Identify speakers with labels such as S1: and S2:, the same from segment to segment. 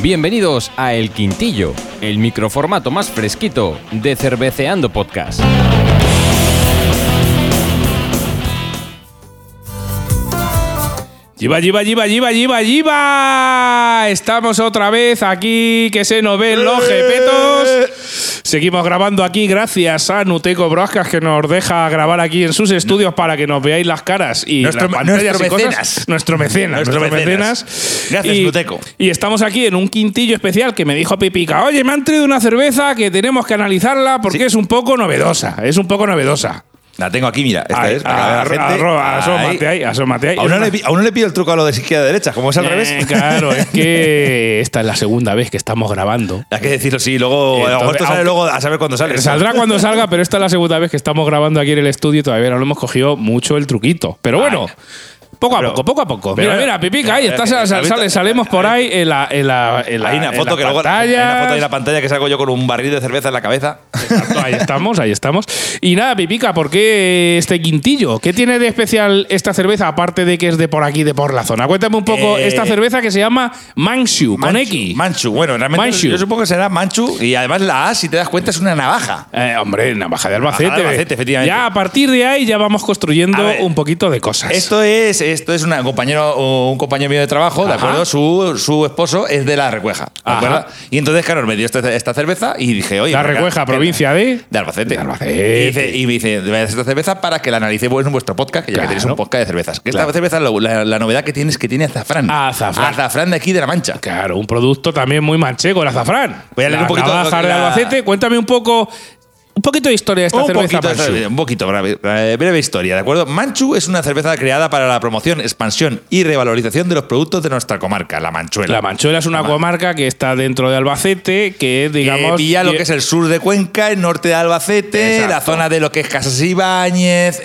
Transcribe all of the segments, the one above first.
S1: Bienvenidos a El Quintillo, el microformato más fresquito de Cerveceando Podcast.
S2: Lleva, lleva, lleva, lleva, lleva, lleva. Estamos otra vez aquí, que se nos ven los
S3: Eh.
S2: jepetos. Seguimos grabando aquí gracias a Nuteco Broadcast que nos deja grabar aquí en sus estudios para que nos veáis las caras y
S3: Nuestro-
S2: las pantallas
S3: nuestro
S2: y cosas.
S3: mecenas.
S2: Nuestro mecenas.
S3: Nuestro
S2: Nuestro
S3: mecenas.
S2: mecenas.
S3: Gracias,
S2: Y-
S3: Nuteco.
S2: Y estamos aquí en un quintillo especial que me dijo Pipica, oye, me han traído una cerveza que tenemos que analizarla porque es un poco novedosa. Es un poco novedosa.
S3: La tengo aquí, mira. Esta
S2: Ahí,
S3: es para que vea la
S2: arro-
S3: gente.
S2: arroba,
S3: Ahí.
S2: asómate ahí, asómate ahí.
S3: Aún no,
S2: Es
S3: le,
S2: más-
S3: pi- aún no le pido el truco a lo de izquierda a derecha, como es al
S2: Eh,
S3: revés.
S2: Claro, es que esta es la segunda vez que estamos grabando.
S3: Hay que decirlo, sí,
S2: Entonces,
S3: luego. a lo mejor esto sale
S2: aunque-
S3: luego a saber cuándo sale.
S2: Saldrá cuando salga, pero esta es la segunda vez que estamos grabando aquí en el estudio y todavía no lo hemos cogido mucho el truquito. Pero bueno, poco a
S3: Pero-
S2: poco, poco a poco.
S3: pero-
S2: mira, mira, pipica, ahí
S3: pero-
S2: está,
S3: eh,
S2: sal-
S3: eh,
S2: sale- salimos por ahí en la, en la, en la-
S3: Hay una
S2: en
S3: foto
S2: las
S3: que luego. Hay una
S2: pantallas.
S3: foto ahí en la pantalla que salgo yo con un barril de cerveza en la cabeza.
S2: Exacto, ahí estamos, ahí estamos. Y nada, Pipica, ¿por qué este quintillo? ¿Qué tiene de especial esta cerveza, aparte de que es de por aquí, de por la zona? Cuéntame un poco
S3: Eh,
S2: esta cerveza que se llama Manchu, con X.
S3: Manchu. Bueno, realmente.
S2: Manchu.
S3: Yo supongo que será Manchu. Y además la A, si te das cuenta, es una navaja.
S2: Eh, hombre, navaja de Albacete.
S3: Navaja de Albacete, efectivamente.
S2: Ya a partir de ahí ya vamos construyendo
S3: A ver,
S2: un poquito de cosas.
S3: Esto es, esto es una, un compañero, un compañero mío de trabajo, ¿de
S2: Ajá.
S3: acuerdo? Su, su esposo es de La Recueja, ¿de
S2: Ajá.
S3: acuerdo? Y entonces, claro, me dio esta, esta cerveza y dije, oye...
S2: La
S3: porque-
S2: Recueja, provincia de-
S3: De Albacete.
S2: De Albacete.
S3: Y, dice- y me dice, me das esta cerveza para que la analicéis vos en vuestro podcast, que ya
S2: Claro.
S3: que tenéis un podcast de cervezas. Que
S2: Claro.
S3: Esta cerveza, lo- la, la novedad que tiene es que tiene azafrán.
S2: Azafrán.
S3: Azafrán de aquí, de La Mancha.
S2: Claro, un producto también muy manchego, el azafrán.
S3: Voy a leer
S2: La
S3: un poquito
S2: navaja
S3: lo que
S2: de
S3: la-
S2: Albacete. Cuéntame un poco, un poquito de historia de esta
S3: un
S2: cerveza.
S3: poquito, de
S2: Manchu.
S3: cerveza, un poquito, breve, eh, breve historia, ¿de acuerdo? Manchu es una cerveza creada para la promoción, expansión y revalorización de los productos de nuestra comarca, la Manchuela.
S2: La Manchuela es una
S3: Ma-
S2: comarca que está dentro de Albacete, que es, digamos.
S3: que pilla Eh, lo
S2: y-
S3: que es el sur de Cuenca, el norte de Albacete,
S2: Exacto.
S3: la zona de lo que es Casas Ibáñez, eh,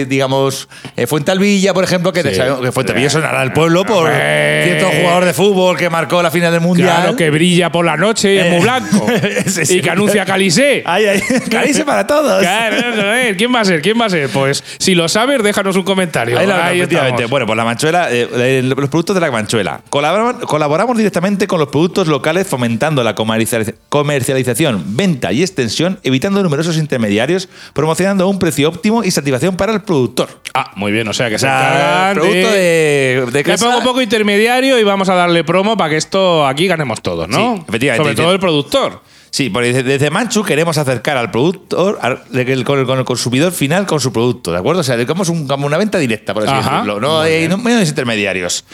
S3: eh, digamos, eh, Fuentalvilla, por ejemplo, que, te
S2: Sí. Eh.
S3: sabemos que Fuentalvilla sonará al pueblo por cierto jugador de fútbol que marcó la final del Mundial.
S2: Claro, que brilla por la noche y es
S3: Eh,
S2: muy blanco.
S3: ese sí.
S2: y que anuncia Calisé.
S3: Ay, ay, carice para todos.
S2: Claro, eso es. ¿quién va a ser? ¿Quién va a ser? Pues si lo sabes, déjanos un comentario.
S3: Ahí la- efectivamente.
S2: estamos.
S3: Bueno, pues la manchuela, eh, eh, los productos de la manchuela. Colaboramos, colaboramos directamente con los productos locales fomentando la comercializ- comercialización, venta y extensión, evitando numerosos intermediarios, promocionando un precio óptimo y satisfacción para el productor.
S2: Ah, muy bien, o sea que
S3: O
S2: se
S3: sea,
S2: encargan
S3: producto
S2: de-
S3: de, de
S2: Le
S3: casa.
S2: pongo un poco intermediario y vamos a darle promo para que esto aquí ganemos todos, ¿no?
S3: Sí, efectivamente.
S2: Sobre todo el productor.
S3: Sí, porque dice, desde Manchu queremos acercar al productor al- de que el- con, el, con el consumidor final con su producto, ¿de acuerdo? O sea, digamos un- como una venta directa, por así
S2: Ajá.
S3: decirlo. No hay no, menos intermediarios.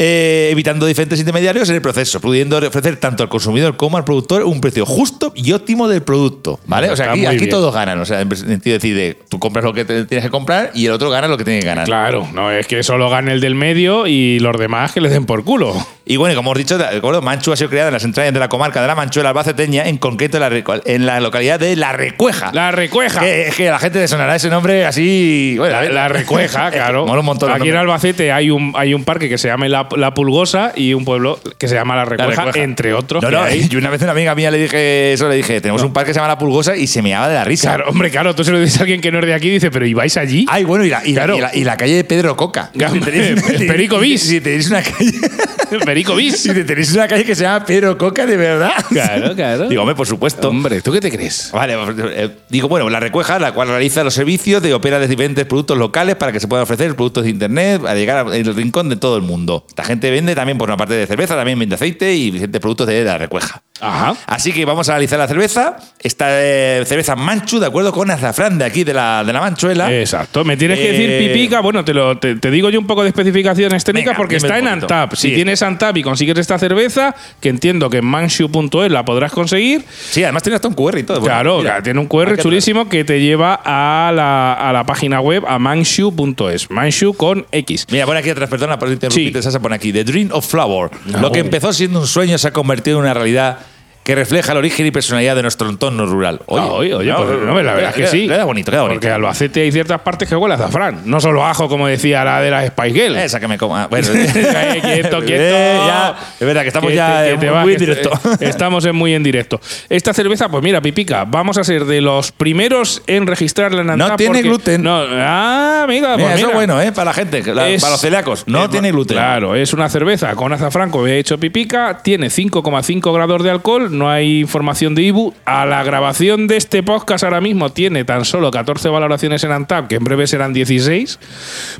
S3: Eh, evitando diferentes intermediarios en el proceso, pudiendo ofrecer tanto al consumidor como al productor un precio justo y óptimo del producto, ¿vale? O sea,
S2: Está
S3: aquí,
S2: muy
S3: aquí
S2: bien.
S3: todos ganan, o sea, en el sentido de decir, de, tú compras lo que te- tienes que comprar y el otro gana lo que tiene que ganar.
S2: Claro, no es que solo gane el del medio y los demás que les den por culo.
S3: Y bueno, y como hemos dicho, de acuerdo, Manchu ha sido creada en las entrañas de la comarca de la Manchuela Albaceteña, en concreto en la, recu- en la localidad de La Recueja.
S2: La recueja.
S3: Que- es que a la gente le sonará ese nombre así. bueno,
S2: La,
S3: a ver.
S2: la recueja, claro.
S3: Mola un montón el
S2: Aquí en
S3: nombre.
S2: Albacete hay un, hay un parque que se llama la, La Pulgosa y un pueblo que se llama La Recueja,
S3: Recueja.
S2: entre otros.
S3: No,
S2: que
S3: no,
S2: hay.
S3: y una vez una amiga mía le dije eso, le dije, tenemos un parque que se llama La Pulgosa y se me daba de la risa.
S2: Claro, hombre, claro, tú se lo dices a alguien que no es de aquí y dice, pero ¿y vais allí?
S3: Ay, bueno, y la, y la-
S2: Claro.
S3: y la- y la calle de Pedro Coca.
S2: Ya,
S3: Si
S2: el Perico Bis.
S3: Si tenéis una calle.
S2: Perico bis.
S3: si te tenéis una calle que se llama Pedro Coca, de verdad.
S2: Claro, claro.
S3: Digo, hombre, por supuesto.
S2: Hombre, ¿tú qué te crees?
S3: Vale, eh, digo, bueno, la recueja, la cual realiza los servicios de opera de diferentes productos locales para que se puedan ofrecer productos de internet a llegar al rincón de todo el mundo. La gente vende también, por una parte de cerveza, también vende aceite y diferentes productos de la recueja.
S2: Ajá.
S3: Así que vamos a analizar la cerveza. Esta eh, cerveza Manchu, de acuerdo con azafrán de aquí, de la, de la Manchuela.
S2: Exacto. Me tienes que decir
S3: Eh,
S2: pipica. Bueno, te, lo, te, te digo yo un poco de especificaciones técnicas
S3: Venga,
S2: porque
S3: dime
S2: está
S3: un
S2: en
S3: poquito.
S2: Antap. Si
S3: Sí.
S2: tienes Antap y consigues esta cerveza, que entiendo que en manshu.es la podrás conseguir.
S3: Sí, además tiene hasta un QR y todo. Ah, Bueno,
S2: claro,
S3: mira.
S2: claro, tiene un
S3: Hay
S2: QR
S3: que
S2: chulísimo que te lleva a la, a la página web, a manshu.es. Manshu con X.
S3: Mira, pone aquí otras personas, por interrumpirte,
S2: Sí. Ah, oh.
S3: Sasa, pone aquí. The Dream of Flower. Lo que empezó siendo un sueño se ha convertido en una realidad que refleja el origen y personalidad de nuestro entorno rural. Oye,
S2: Ah, oye, oye,
S3: no,
S2: pues, no, la verdad es que
S3: queda-
S2: sí.
S3: Queda bonito, queda bonito.
S2: Porque Albacete hay ciertas partes que huele a azafrán. No solo ajo, como decía la de las Spice Girls.
S3: Esa que me coma. Bueno,
S2: Eh, quieto, quieto.
S3: Eh, ya, es verdad que estamos
S2: Que
S3: ya
S2: te- que
S3: eh,
S2: te
S3: muy,
S2: vas, que
S3: directo.
S2: est- Estamos en muy en directo. Esta cerveza, pues mira, Pipica, vamos a ser de los primeros en registrarla en ANTAP
S3: tiene
S2: porque-
S3: gluten.
S2: No, ah, amiga, pues
S3: Mira, eso es
S2: mira.
S3: bueno, ¿eh? Para la gente, que la-
S2: Es-
S3: para los celíacos. No
S2: Eh,
S3: tiene gluten.
S2: Claro, es una cerveza con azafrán, como he hecho pipica, tiene 5,5 grados de alcohol, no hay información de IBU. A la grabación de este podcast ahora mismo tiene tan solo 14 valoraciones en ANTAP, que en breve serán 16,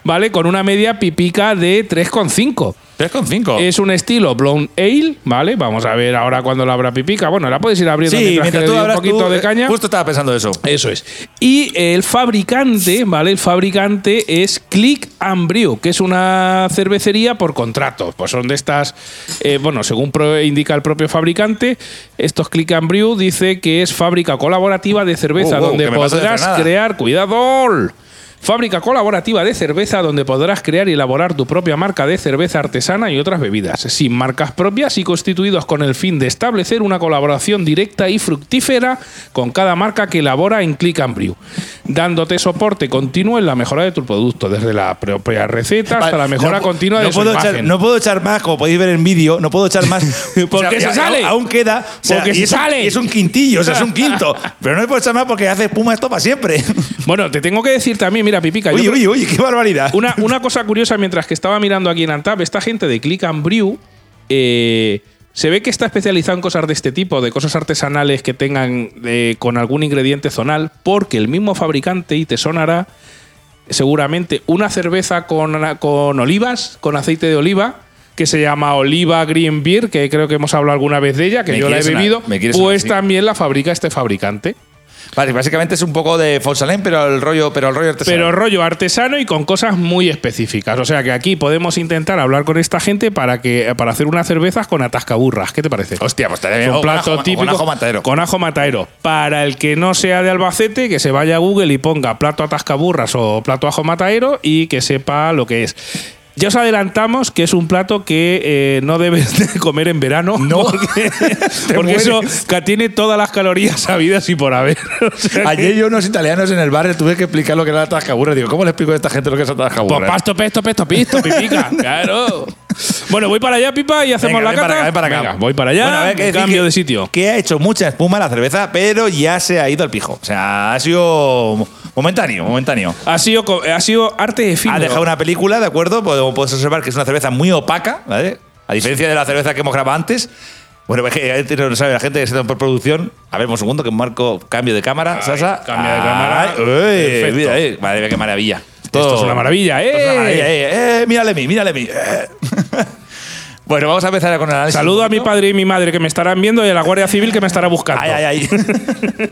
S2: ¿vale? Con una media pipica de 3,5.
S3: 3,5.
S2: Es un estilo Blown Ale, ¿vale? Vamos a ver ahora cuando la abra pipica. Bueno, la puedes ir abriendo
S3: Sí,
S2: mientras,
S3: mientras
S2: que le
S3: tú
S2: doy
S3: hablas
S2: un poquito
S3: tú,
S2: de
S3: eh,
S2: caña.
S3: Justo estaba pensando eso.
S2: Eso es. Y el fabricante, ¿vale? El fabricante es Click and Brew, que es una cervecería por contrato. Pues son de estas, eh, bueno, según pro- indica el propio fabricante, estos Click and Brew dice que es fábrica colaborativa de cerveza,
S3: Oh, oh,
S2: donde
S3: que me paso de
S2: podrás
S3: frenada.
S2: crear, cuidado, fábrica colaborativa de cerveza, donde podrás crear y elaborar tu propia marca de cerveza artesana y otras bebidas, sin marcas propias y constituidos con el fin de establecer una colaboración directa y fructífera con cada marca que elabora en Click and Brew, dándote soporte continuo en la mejora de tu producto, desde la propia receta hasta
S3: Vale,
S2: la mejora
S3: no-
S2: continua
S3: no
S2: de su
S3: puedo
S2: imagen.
S3: echar, No puedo echar más, como podéis ver en vídeo, no puedo echar más.
S2: Porque se
S3: y-
S2: sale.
S3: Aún queda. o sea,
S2: Porque
S3: y
S2: se
S3: es un-
S2: sale.
S3: y es un quintillo, o sea, es un quinto. Pero no puedo echar más porque hace espuma esto para siempre.
S2: Bueno, te tengo que decir también, mira, Pipica, yo
S3: Oye,
S2: creo-
S3: oye, oye, qué barbaridad.
S2: Una, una cosa curiosa, mientras que estaba mirando aquí en Antap, esta gente de Click and Brew eh, se ve que está especializada en cosas de este tipo, de cosas artesanales que tengan eh, con algún ingrediente zonal, porque el mismo fabricante, y te sonará seguramente, una cerveza con, con olivas, con aceite de oliva, que se llama Oliva Green Beer, que creo que hemos hablado alguna vez de ella, que
S3: Me
S2: yo la he
S3: quieres sonar,
S2: bebido,
S3: me quieres sonar,
S2: pues
S3: sí.
S2: también la fabrica este fabricante.
S3: Vale, básicamente es un poco de Fonsalén, pero el rollo, pero el rollo artesanal.
S2: Pero rollo artesano y con cosas muy específicas. O sea que aquí podemos intentar hablar con esta gente para que para hacer unas cervezas con atascaburras. ¿Qué te parece?
S3: Hostia, pues estaría
S2: Es
S3: bien.
S2: un
S3: O con
S2: plato
S3: ajo- o
S2: típico
S3: Con ajo matadero.
S2: con ajo matadero. Para el que no sea de Albacete, que se vaya a Google y ponga plato atascaburras o plato ajo matadero y que sepa lo que es. Ya os adelantamos que es un plato que eh, no debes de comer en verano. No. Porque, porque
S3: mueres.
S2: eso que tiene todas las calorías habidas y por haber. O sea que-
S3: Ayer yo a unos italianos en el bar le tuve que explicar lo que era la tascaburra. Digo, ¿cómo le explico a esta gente lo que es la
S2: Pues
S3: tascaburra?
S2: pasto, pesto, pesto, pisto, pipica. claro. Bueno, voy para allá, pipa, y hacemos la
S3: Venga, ven para
S2: cata.
S3: acá, ven para acá.
S2: Venga, voy para allá.
S3: Bueno, a ver,
S2: me
S3: que decir
S2: cambio
S3: que-
S2: de sitio.
S3: Que ha hecho mucha espuma la cerveza, pero ya se ha ido al pijo. O sea, ha sido mo- momentáneo, momentáneo.
S2: Ha sido, co- ha sido arte
S3: Ha
S2: efímero.
S3: dejado Ah, una película, ¿de acuerdo? Podemos puedes observar que es una cerveza muy opaca, ¿vale? A diferencia de la cerveza que hemos grabado antes. Bueno, es que la gente no lo sabe, la gente que está por producción. A ver, un segundo, que marco cambio de cámara. Sasa.
S2: cambio de cámara.
S3: Ay, uy,
S2: Perfecto.
S3: mira, eh, madre mía, qué maravilla.
S2: Esto es una maravilla,
S3: Esto es una
S2: eh.
S3: maravilla, eh, eh, mírale a mí, mírale a mí. eh. bueno, vamos a empezar con el análisis.
S2: Saludo a mi padre y mi madre que me estarán viendo y a la Guardia Civil que me estará buscando.
S3: Ay, ay, ay.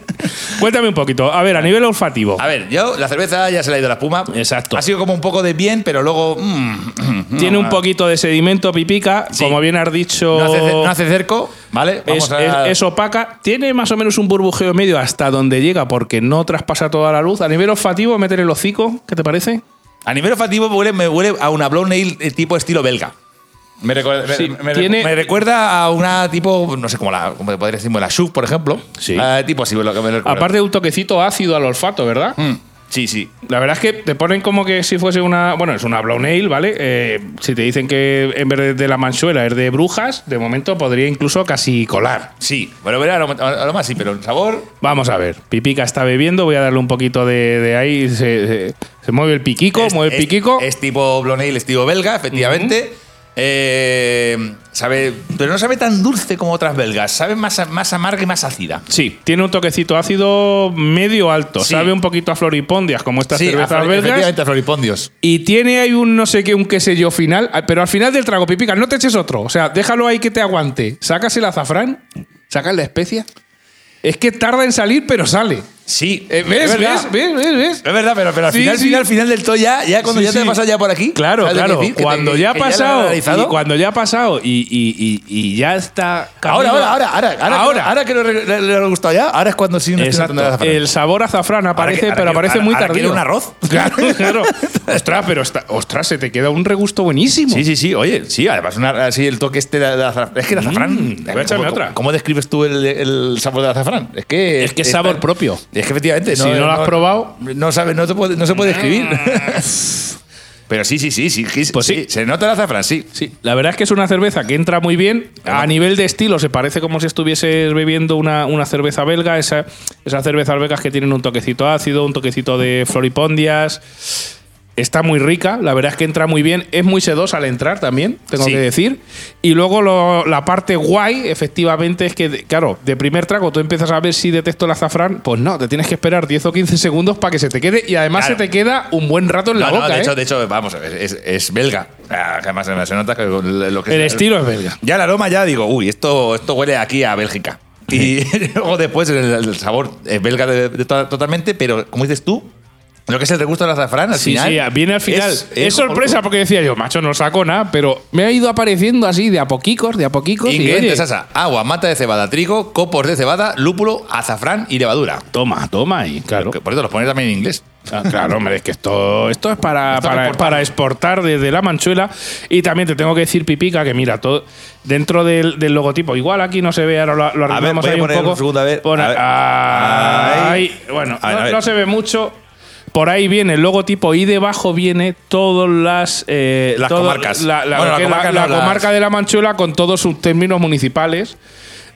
S2: Cuéntame un poquito. A ver, a nivel olfativo.
S3: A ver, yo, la cerveza ya se le ha ido la espuma.
S2: Exacto.
S3: Ha sido como un poco de bien, pero luego. mm,
S2: Tiene un poquito de sedimento pipica, como bien has dicho.
S3: no, hace, cer- no hace cerco, ¿vale?
S2: Es,
S3: a-
S2: es- es opaca, tiene más o menos un burbujeo medio hasta donde llega porque no traspasa toda la luz. A nivel olfativo, meter el hocico, ¿qué te parece?
S3: A nivel olfativo huele- me huele a una blown ale eh, tipo estilo belga. Me recuerda, me-
S2: Sí,
S3: me, me-
S2: tiene-
S3: me recuerda a una tipo, no sé cómo la, como podría decir, la Shug, por ejemplo.
S2: Sí.
S3: Ah, tipo así, lo que me recuerda.
S2: Aparte de un toquecito ácido al olfato, ¿verdad?
S3: Mm, sí, sí.
S2: La verdad es que te ponen como que si fuese una. Bueno, es una Brown Ale, ¿vale? Eh, si te dicen que en vez de- de la manchuela es de brujas, de momento podría incluso casi colar.
S3: Sí. Bueno, verá, lo más sí, pero el sabor.
S2: Vamos a ver. Pipica está bebiendo, voy a darle un poquito de, de ahí. Se, se- se mueve el piquico,
S3: es-
S2: mueve el
S3: es-
S2: piquico.
S3: Es, tipo blown ale, estilo belga, efectivamente. Eh, sabe, pero no sabe tan dulce como otras belgas. Sabe más, a- más amarga y más ácida.
S2: Sí, tiene un toquecito ácido medio alto.
S3: Sí.
S2: Sabe un poquito a floripondias, como estas
S3: Sí, a
S2: cervezas
S3: flor-
S2: belgas.
S3: efectivamente, a floripondios.
S2: Y tiene ahí un no sé qué, un qué sé yo final. ah, Pero al final del trago, pipica, no te eches otro. O sea, déjalo ahí que te aguante. Sacas el azafrán, sacas la especia. Es que tarda en salir, pero sale.
S3: Sí.
S2: Eh, ¿ves,
S3: Es verdad.
S2: ¿Ves? ¿Ves? ¿Ves? ¿Ves?
S3: Es verdad, pero, pero al
S2: Sí,
S3: final,
S2: sí.
S3: final, final del todo ya, ya cuando
S2: Sí,
S3: ya te
S2: sí.
S3: pasas ya por aquí.
S2: Claro,
S3: ¿sabes lo que
S2: claro.
S3: decir? Que te-
S2: Cuando ya ha
S3: que lo has
S2: pasado,
S3: analizado.
S2: y cuando ya ha pasado y, y- y- y ya está.
S3: Ahora,
S2: camino-
S3: ahora, ahora, Ah, ahora, ahora,
S2: Ahora.
S3: ahora que lo re- le, le ha gustado ya, ahora es cuando sí nos
S2: Exacto.
S3: tiene que tener
S2: El sabor azafrán aparece,
S3: que- ahora
S2: pero
S3: que-
S2: aparece
S3: ahora-
S2: muy
S3: ahora
S2: tardío.
S3: quiero un arroz.
S2: Claro, claro. ostras, pero está- ostras, se te queda un regusto buenísimo.
S3: Sí, sí, sí, oye, sí, además una- así el toque este de, de azafrán. Es que el azafrán.
S2: Mm, voy a echarme
S3: ¿cómo,
S2: otra.
S3: ¿Cómo describes tú el, el sabor del azafrán? Es que.
S2: Es que es sabor propio.
S3: Es que efectivamente.
S2: Si no lo has probado- Ah.
S3: No sabes, no, te puede- no se puede escribir. Pero sí, sí, sí, sí. sí,
S2: Pues sí.
S3: Se nota el azafrán, sí.
S2: Sí, la verdad es que es una cerveza que entra muy bien. A nivel de estilo, se parece como si estuvieses bebiendo una, una cerveza belga. Esa, esas cervezas belgas que tienen un toquecito ácido, un toquecito de floripondias. Está muy rica, la verdad es que entra muy bien. Es muy sedosa al entrar también, tengo
S3: Sí.
S2: que decir. Y luego lo- la parte guay, efectivamente, es que, de- claro, de primer trago tú empiezas a ver si detecto el azafrán. Pues no, te tienes que esperar 10 o 15 segundos para que se te quede. Y además
S3: Claro.
S2: se te queda un buen rato en la
S3: No, no,
S2: boca.
S3: de,
S2: ¿eh?
S3: hecho, de hecho, vamos, es, es- es belga. Ah, que Además, se nota que lo que
S2: el estilo es belga.
S3: Ya el aroma ya digo, uy, esto, esto huele aquí a Bélgica. Y luego después el, el sabor es belga de- de to- totalmente, pero como dices tú, lo que es el regusto del azafrán al
S2: Sí,
S3: final.
S2: sí, ah, viene al final. Es, sorpresa porque decía yo, macho, no saco nada, pero me ha ido apareciendo así de a poquicos, de a poquicos. y
S3: Ingredientes,
S2: oye,
S3: Sasa. Agua, mata de cebada, trigo, copos de cebada, lúpulo, azafrán y levadura.
S2: Toma, toma y claro.
S3: Que Por eso los pones también en inglés.
S2: Ah, Claro, hombre, es que esto, esto es para,
S3: Esto es
S2: para,
S3: exportar.
S2: para exportar desde la manchuela. Y también te tengo que decir, Pipica, que mira, todo dentro del, del logotipo, igual aquí no se ve, ahora lo, lo
S3: ver,
S2: arreglamos
S3: voy a
S2: ahí
S3: poner
S2: un poco.
S3: un segundo, a ver,
S2: Pon-
S3: a ver.
S2: Ay,
S3: Ahí.
S2: bueno,
S3: A ver,
S2: no-
S3: a ver.
S2: no se ve mucho. Por ahí viene el logotipo y debajo viene todas las, eh,
S3: Las
S2: todo-
S3: comarcas.
S2: La, la-
S3: Bueno,
S2: lo
S3: la
S2: que es la-
S3: comarca no,
S2: la
S3: las-
S2: comarca de la Manchuela con todos sus términos municipales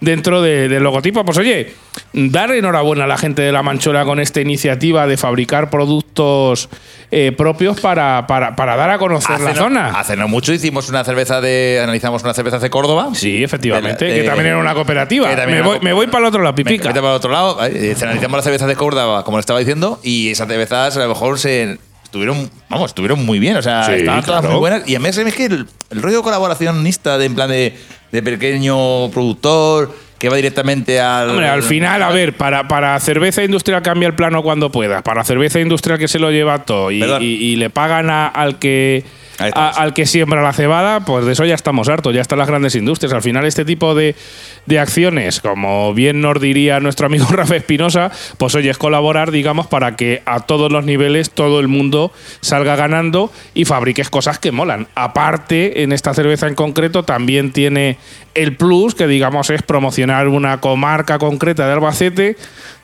S2: dentro de- del logotipo. Pues oye, dar enhorabuena a la gente de La Manchola con esta iniciativa de fabricar productos eh, propios para, para- para dar a conocer la
S3: Hace no-
S2: zona.
S3: hace no mucho hicimos una cerveza de. Analizamos una cerveza de Córdoba.
S2: Sí, efectivamente,
S3: Eh,
S2: que
S3: eh,
S2: también era una cooperativa.
S3: que
S2: Me
S3: también era
S2: voy,
S3: una
S2: me voy para el otro lado,
S3: Venga,
S2: pipica.
S3: vete para el otro lado. Eh, analizamos las cervezas de Córdoba, como le estaba diciendo, y esas cervezas a lo mejor se estuvieron, vamos, estuvieron muy bien, o sea,
S2: Sí,
S3: estaban todas
S2: claro.
S3: muy buenas. Y a mí se me es que el, el rollo colaboracionista de en plan de, de pequeño productor que va directamente al.
S2: Hombre, al final, a ver, para, para cerveza industrial cambia el plano cuando puedas. Para cerveza industrial que se lo lleva todo y,
S3: Perdón.
S2: y- y le pagan a- al que
S3: Ahí
S2: a-
S3: estamos.
S2: al que siembra la cebada, pues de eso ya estamos hartos, ya están las grandes industrias. Al final, este tipo de, de acciones, como bien nos diría nuestro amigo Rafa Espinosa, pues oye, es colaborar, digamos, para que a todos los niveles todo el mundo salga ganando y fabriques cosas que molan. Aparte, en esta cerveza en concreto también tiene el plus, que digamos es promocionar una comarca concreta de Albacete.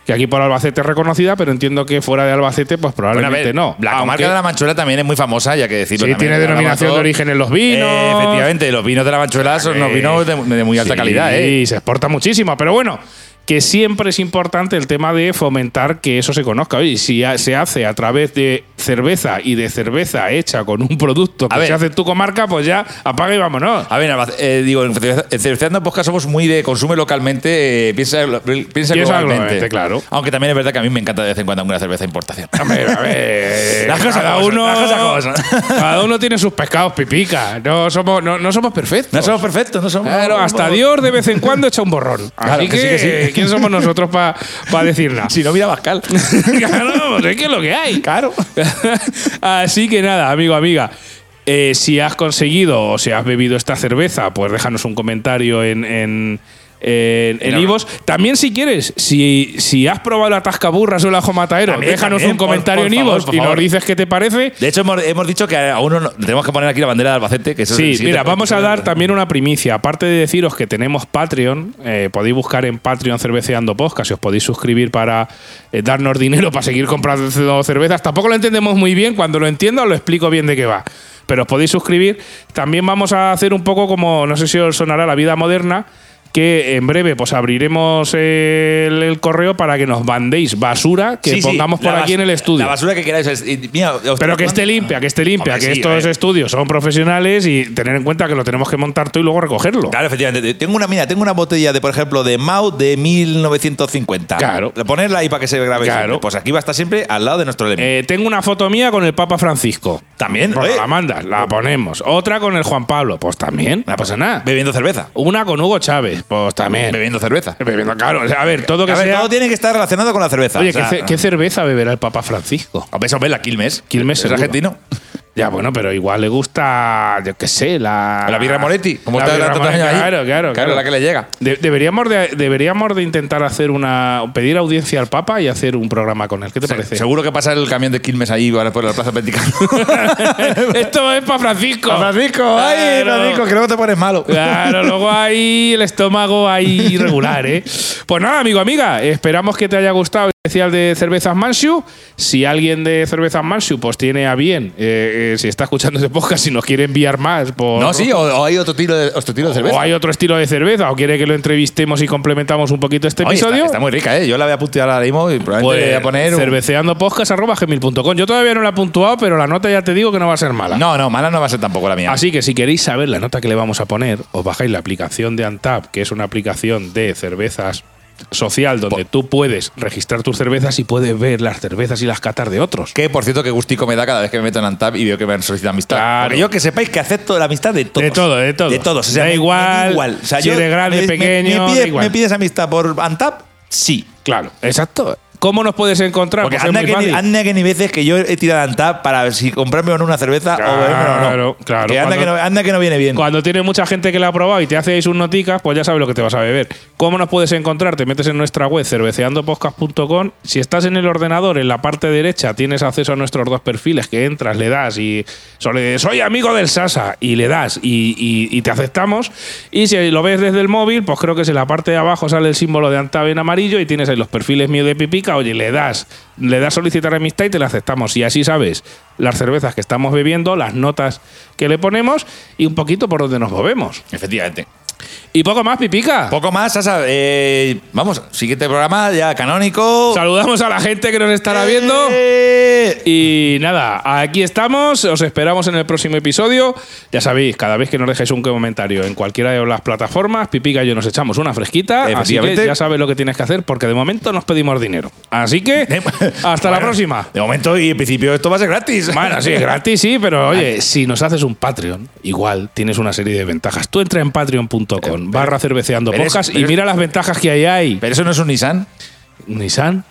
S2: Que aquí por Albacete es reconocida, pero entiendo que fuera de Albacete, pues
S3: Bueno, a
S2: probablemente
S3: ver,
S2: no.
S3: La
S2: Aunque-
S3: comarca de la Manchuela también es muy famosa, ya que decirlo.
S2: Sí,
S3: también,
S2: tiene
S3: que hablamos
S2: denominación
S3: todo.
S2: de origen en los vinos. Eh,
S3: Eh, efectivamente, los vinos de la Manchuela son unos vinos de, de muy alta
S2: Sí,
S3: calidad, ¿eh?
S2: se exporta muchísimo. Pero bueno, que siempre es importante el tema de fomentar que eso se conozca. Oye, si a- se hace a través de cerveza y de cerveza hecha con un producto que
S3: A ver.
S2: se hace en tu comarca, pues ya apaga y vámonos.
S3: A ver, Navaz, eh, digo, en Cerveza- en Cerveceando Podcast somos muy de consume localmente, eh, piensa, piensa, globalmente.
S2: globalmente, claro.
S3: Aunque también es verdad que a mí me encanta de vez en cuando una cerveza de importación.
S2: A ver, a ver.
S3: Las cosas
S2: cada
S3: como son,
S2: uno,
S3: las cosas como son.
S2: cada uno tiene sus pescados pipica. No somos, no, no somos perfectos.
S3: No somos perfectos, no somos.
S2: pues, Claro, hasta Dios de vez en cuando echa un borrón.
S3: Claro,
S2: Así
S3: que
S2: que,
S3: sí, que sí.
S2: eh, ¿quién somos nosotros para decir nada?
S3: Si no, mira Bascal.
S2: claro, pues es que es lo que hay.
S3: Claro.
S2: Así que nada, amigo, amiga. eh, si has conseguido o si has bebido esta cerveza, pues déjanos un comentario en. en en, en
S3: No.
S2: iVoox. También si quieres, si, si has probado la tascaburras o el ajo mataero,
S3: También,
S2: déjanos
S3: también,
S2: un
S3: por-
S2: comentario
S3: por
S2: en
S3: favor,
S2: Ivos
S3: por
S2: y nos
S3: favor.
S2: dices qué te parece.
S3: De hecho, hemos, hemos dicho que a uno no- tenemos que poner aquí la bandera de Albacete. Que eso es el
S2: Sí,
S3: siguiente
S2: mira,
S3: punto.
S2: vamos a dar también una primicia. Aparte de deciros que tenemos Patreon, eh, podéis buscar en Patreon Cerveceando Podcast, y os podéis suscribir para eh, darnos dinero para seguir comprando cervezas. Tampoco lo entendemos muy bien, cuando lo entiendo os lo explico bien de qué va. Pero os podéis suscribir. También vamos a hacer un poco como, no sé si os sonará la vida moderna, que en breve pues abriremos eh, el, el correo para que nos mandéis basura que
S3: Sí, sí,
S2: pongamos por
S3: la
S2: aquí en el
S3: bas-
S2: estudio.
S3: La basura que queráis. es- y mira, os-
S2: Pero que esté limpia, que esté limpia,
S3: Hombre,
S2: que
S3: sí,
S2: estos
S3: eh.
S2: estudios son profesionales y tener en cuenta que lo tenemos que montar todo y luego recogerlo.
S3: Claro, efectivamente. Tengo una, mira, tengo una botella de, por ejemplo, de Mau de 1950.
S2: Claro.
S3: Ponerla ahí para que se grabe.
S2: Claro.
S3: siempre. Pues aquí va a estar siempre al lado de nuestro lema.
S2: Eh, tengo una foto mía con el Papa Francisco.
S3: También,
S2: Pues
S3: oye.
S2: la mandas, la ponemos. Otra con el Juan Pablo, pues también, no pasa nada.
S3: Bebiendo cerveza.
S2: Una con Hugo Chávez. pues, pues también.
S3: Bebiendo cerveza.
S2: Bebiendo, claro. o sea, a ver, todo que
S3: a ver,
S2: sea.
S3: todo tiene que estar relacionado con la cerveza.
S2: Oye,
S3: o sea,
S2: ¿qué, ce- qué cerveza beberá el Papa Francisco?
S3: A pesar de la Quilmes.
S2: Quilmes
S3: es
S2: seguro.
S3: argentino.
S2: Ya, bueno, pero igual le gusta, yo qué sé, la.
S3: La birra Moretti. Como
S2: La
S3: está
S2: birra
S3: tanto
S2: Moretti,
S3: años allí.
S2: claro, claro,
S3: Claro, la que le llega.
S2: De- deberíamos, de, deberíamos de intentar hacer una. pedir audiencia al Papa y hacer un programa con él. ¿Qué te parece?
S3: Seguro que pasa el camión de Quilmes ahí ahora por la Plaza Vaticano.
S2: Esto es para Francisco.
S3: Francisco, ay,
S2: Claro.
S3: Francisco, que luego te pones malo.
S2: Claro, luego ahí el estómago ahí irregular, ¿eh? Pues nada, amigo, amiga, esperamos que te haya gustado el especial de Cervezas Mansiu. Si alguien de Cervezas Mansiu pues tiene a bien, eh, eh, si está escuchando ese podcast, si nos quiere enviar más por...
S3: No, sí, o, o hay otro tiro de, otro tiro de cerveza.
S2: O hay otro estilo de cerveza, o quiere que lo entrevistemos y complementamos un poquito este
S3: Oye, está-
S2: episodio.
S3: Está, muy rica, ¿eh? Yo la voy a puntear ahora mismo y probablemente
S2: Pues,
S3: le voy a poner. un-
S2: cerveceandopodcast.gmail.com. Yo todavía no la he puntuado, pero la nota ya te digo que no va a ser mala.
S3: No, no, mala no va a ser tampoco la mía.
S2: Así que si queréis saber la nota que le vamos a poner, os bajáis la aplicación de Antap, que es una aplicación de cervezas social donde
S3: Pues-
S2: tú puedes registrar tus cervezas y puedes ver las cervezas y las catar de otros.
S3: Que por cierto, que gustico me da cada vez que me meto en Antab y veo que me han solicitado amistad.
S2: Claro.
S3: Porque yo que sepáis que acepto la amistad de todos.
S2: De todo, de todo.
S3: De todos. O sea,
S2: Da
S3: me- me
S2: igual,
S3: O sea,
S2: si
S3: yo-
S2: eres grande, pequeño,
S3: Me,
S2: da
S3: pides,
S2: igual.
S3: me pides amistad por Antab? Sí.
S2: Claro, exacto. ¿Cómo nos puedes encontrar?
S3: Porque
S2: Pues es
S3: anda
S2: muy
S3: que, ni,
S2: fácil.
S3: anda que ni veces que yo he tirado Antab para ver si comprarme o no una cerveza o beberme o no.
S2: Claro, claro.
S3: Que anda,
S2: Cuando-
S3: que no, anda que no viene bien.
S2: Cuando tienes mucha gente que la ha probado y te hacéis un noticas, pues ya sabes lo que te vas a beber. ¿Cómo nos puedes encontrar? Te metes en nuestra web cerveceandopodcast.com. Si estás en el ordenador, en la parte derecha tienes acceso a nuestros dos perfiles que entras, le das y solo le dices, soy amigo del Sasa y le das y, y- y te aceptamos. Y si lo ves desde el móvil, pues creo que si en la parte de abajo sale el símbolo de Antabe en amarillo y tienes ahí los perfiles mío de Pipica, oye, le das, le das solicitar amistad y te la aceptamos. Y así sabes las cervezas que estamos bebiendo, las notas que le ponemos y un poquito por donde nos movemos.
S3: Efectivamente.
S2: Y poco más, Pipica.
S3: Poco más, Sasa. Eh, vamos, siguiente programa ya canónico.
S2: Saludamos a la gente que nos estará viendo.
S3: Eh,
S2: Y nada, aquí estamos, os esperamos en el próximo episodio. Ya sabéis, cada vez que nos dejéis un comentario en cualquiera de las plataformas, Pipica y yo nos echamos una fresquita, así que
S3: Efectivamente.
S2: ya sabes lo que tienes que hacer porque de momento nos pedimos dinero. Así que hasta la
S3: bueno,
S2: próxima.
S3: De momento y en principio esto va a ser gratis.
S2: Bueno, sí, gratis sí, pero oye, si nos haces un Patreon, igual tienes una serie de ventajas. Tú entra en patreon.com barra cerveceando
S3: Eh, pero es-
S2: podcast y
S3: pero es-
S2: mira las ventajas que hay ahí.
S3: Pero eso no es un Nissan.
S2: Nissan.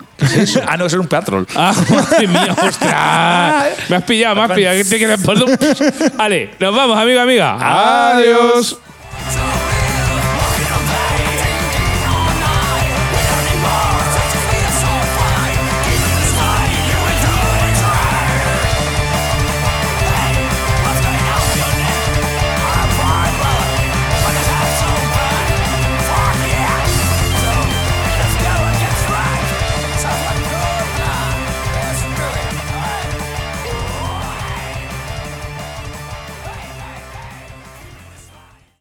S3: ah, no, eso es un Patrol.
S2: Ah, madre mía,
S3: Ah,
S2: ostras. Me has pillado, me has pillado. ¿Qué te quieres por un- Vale, nos vamos, amigo, amiga.
S3: Adiós.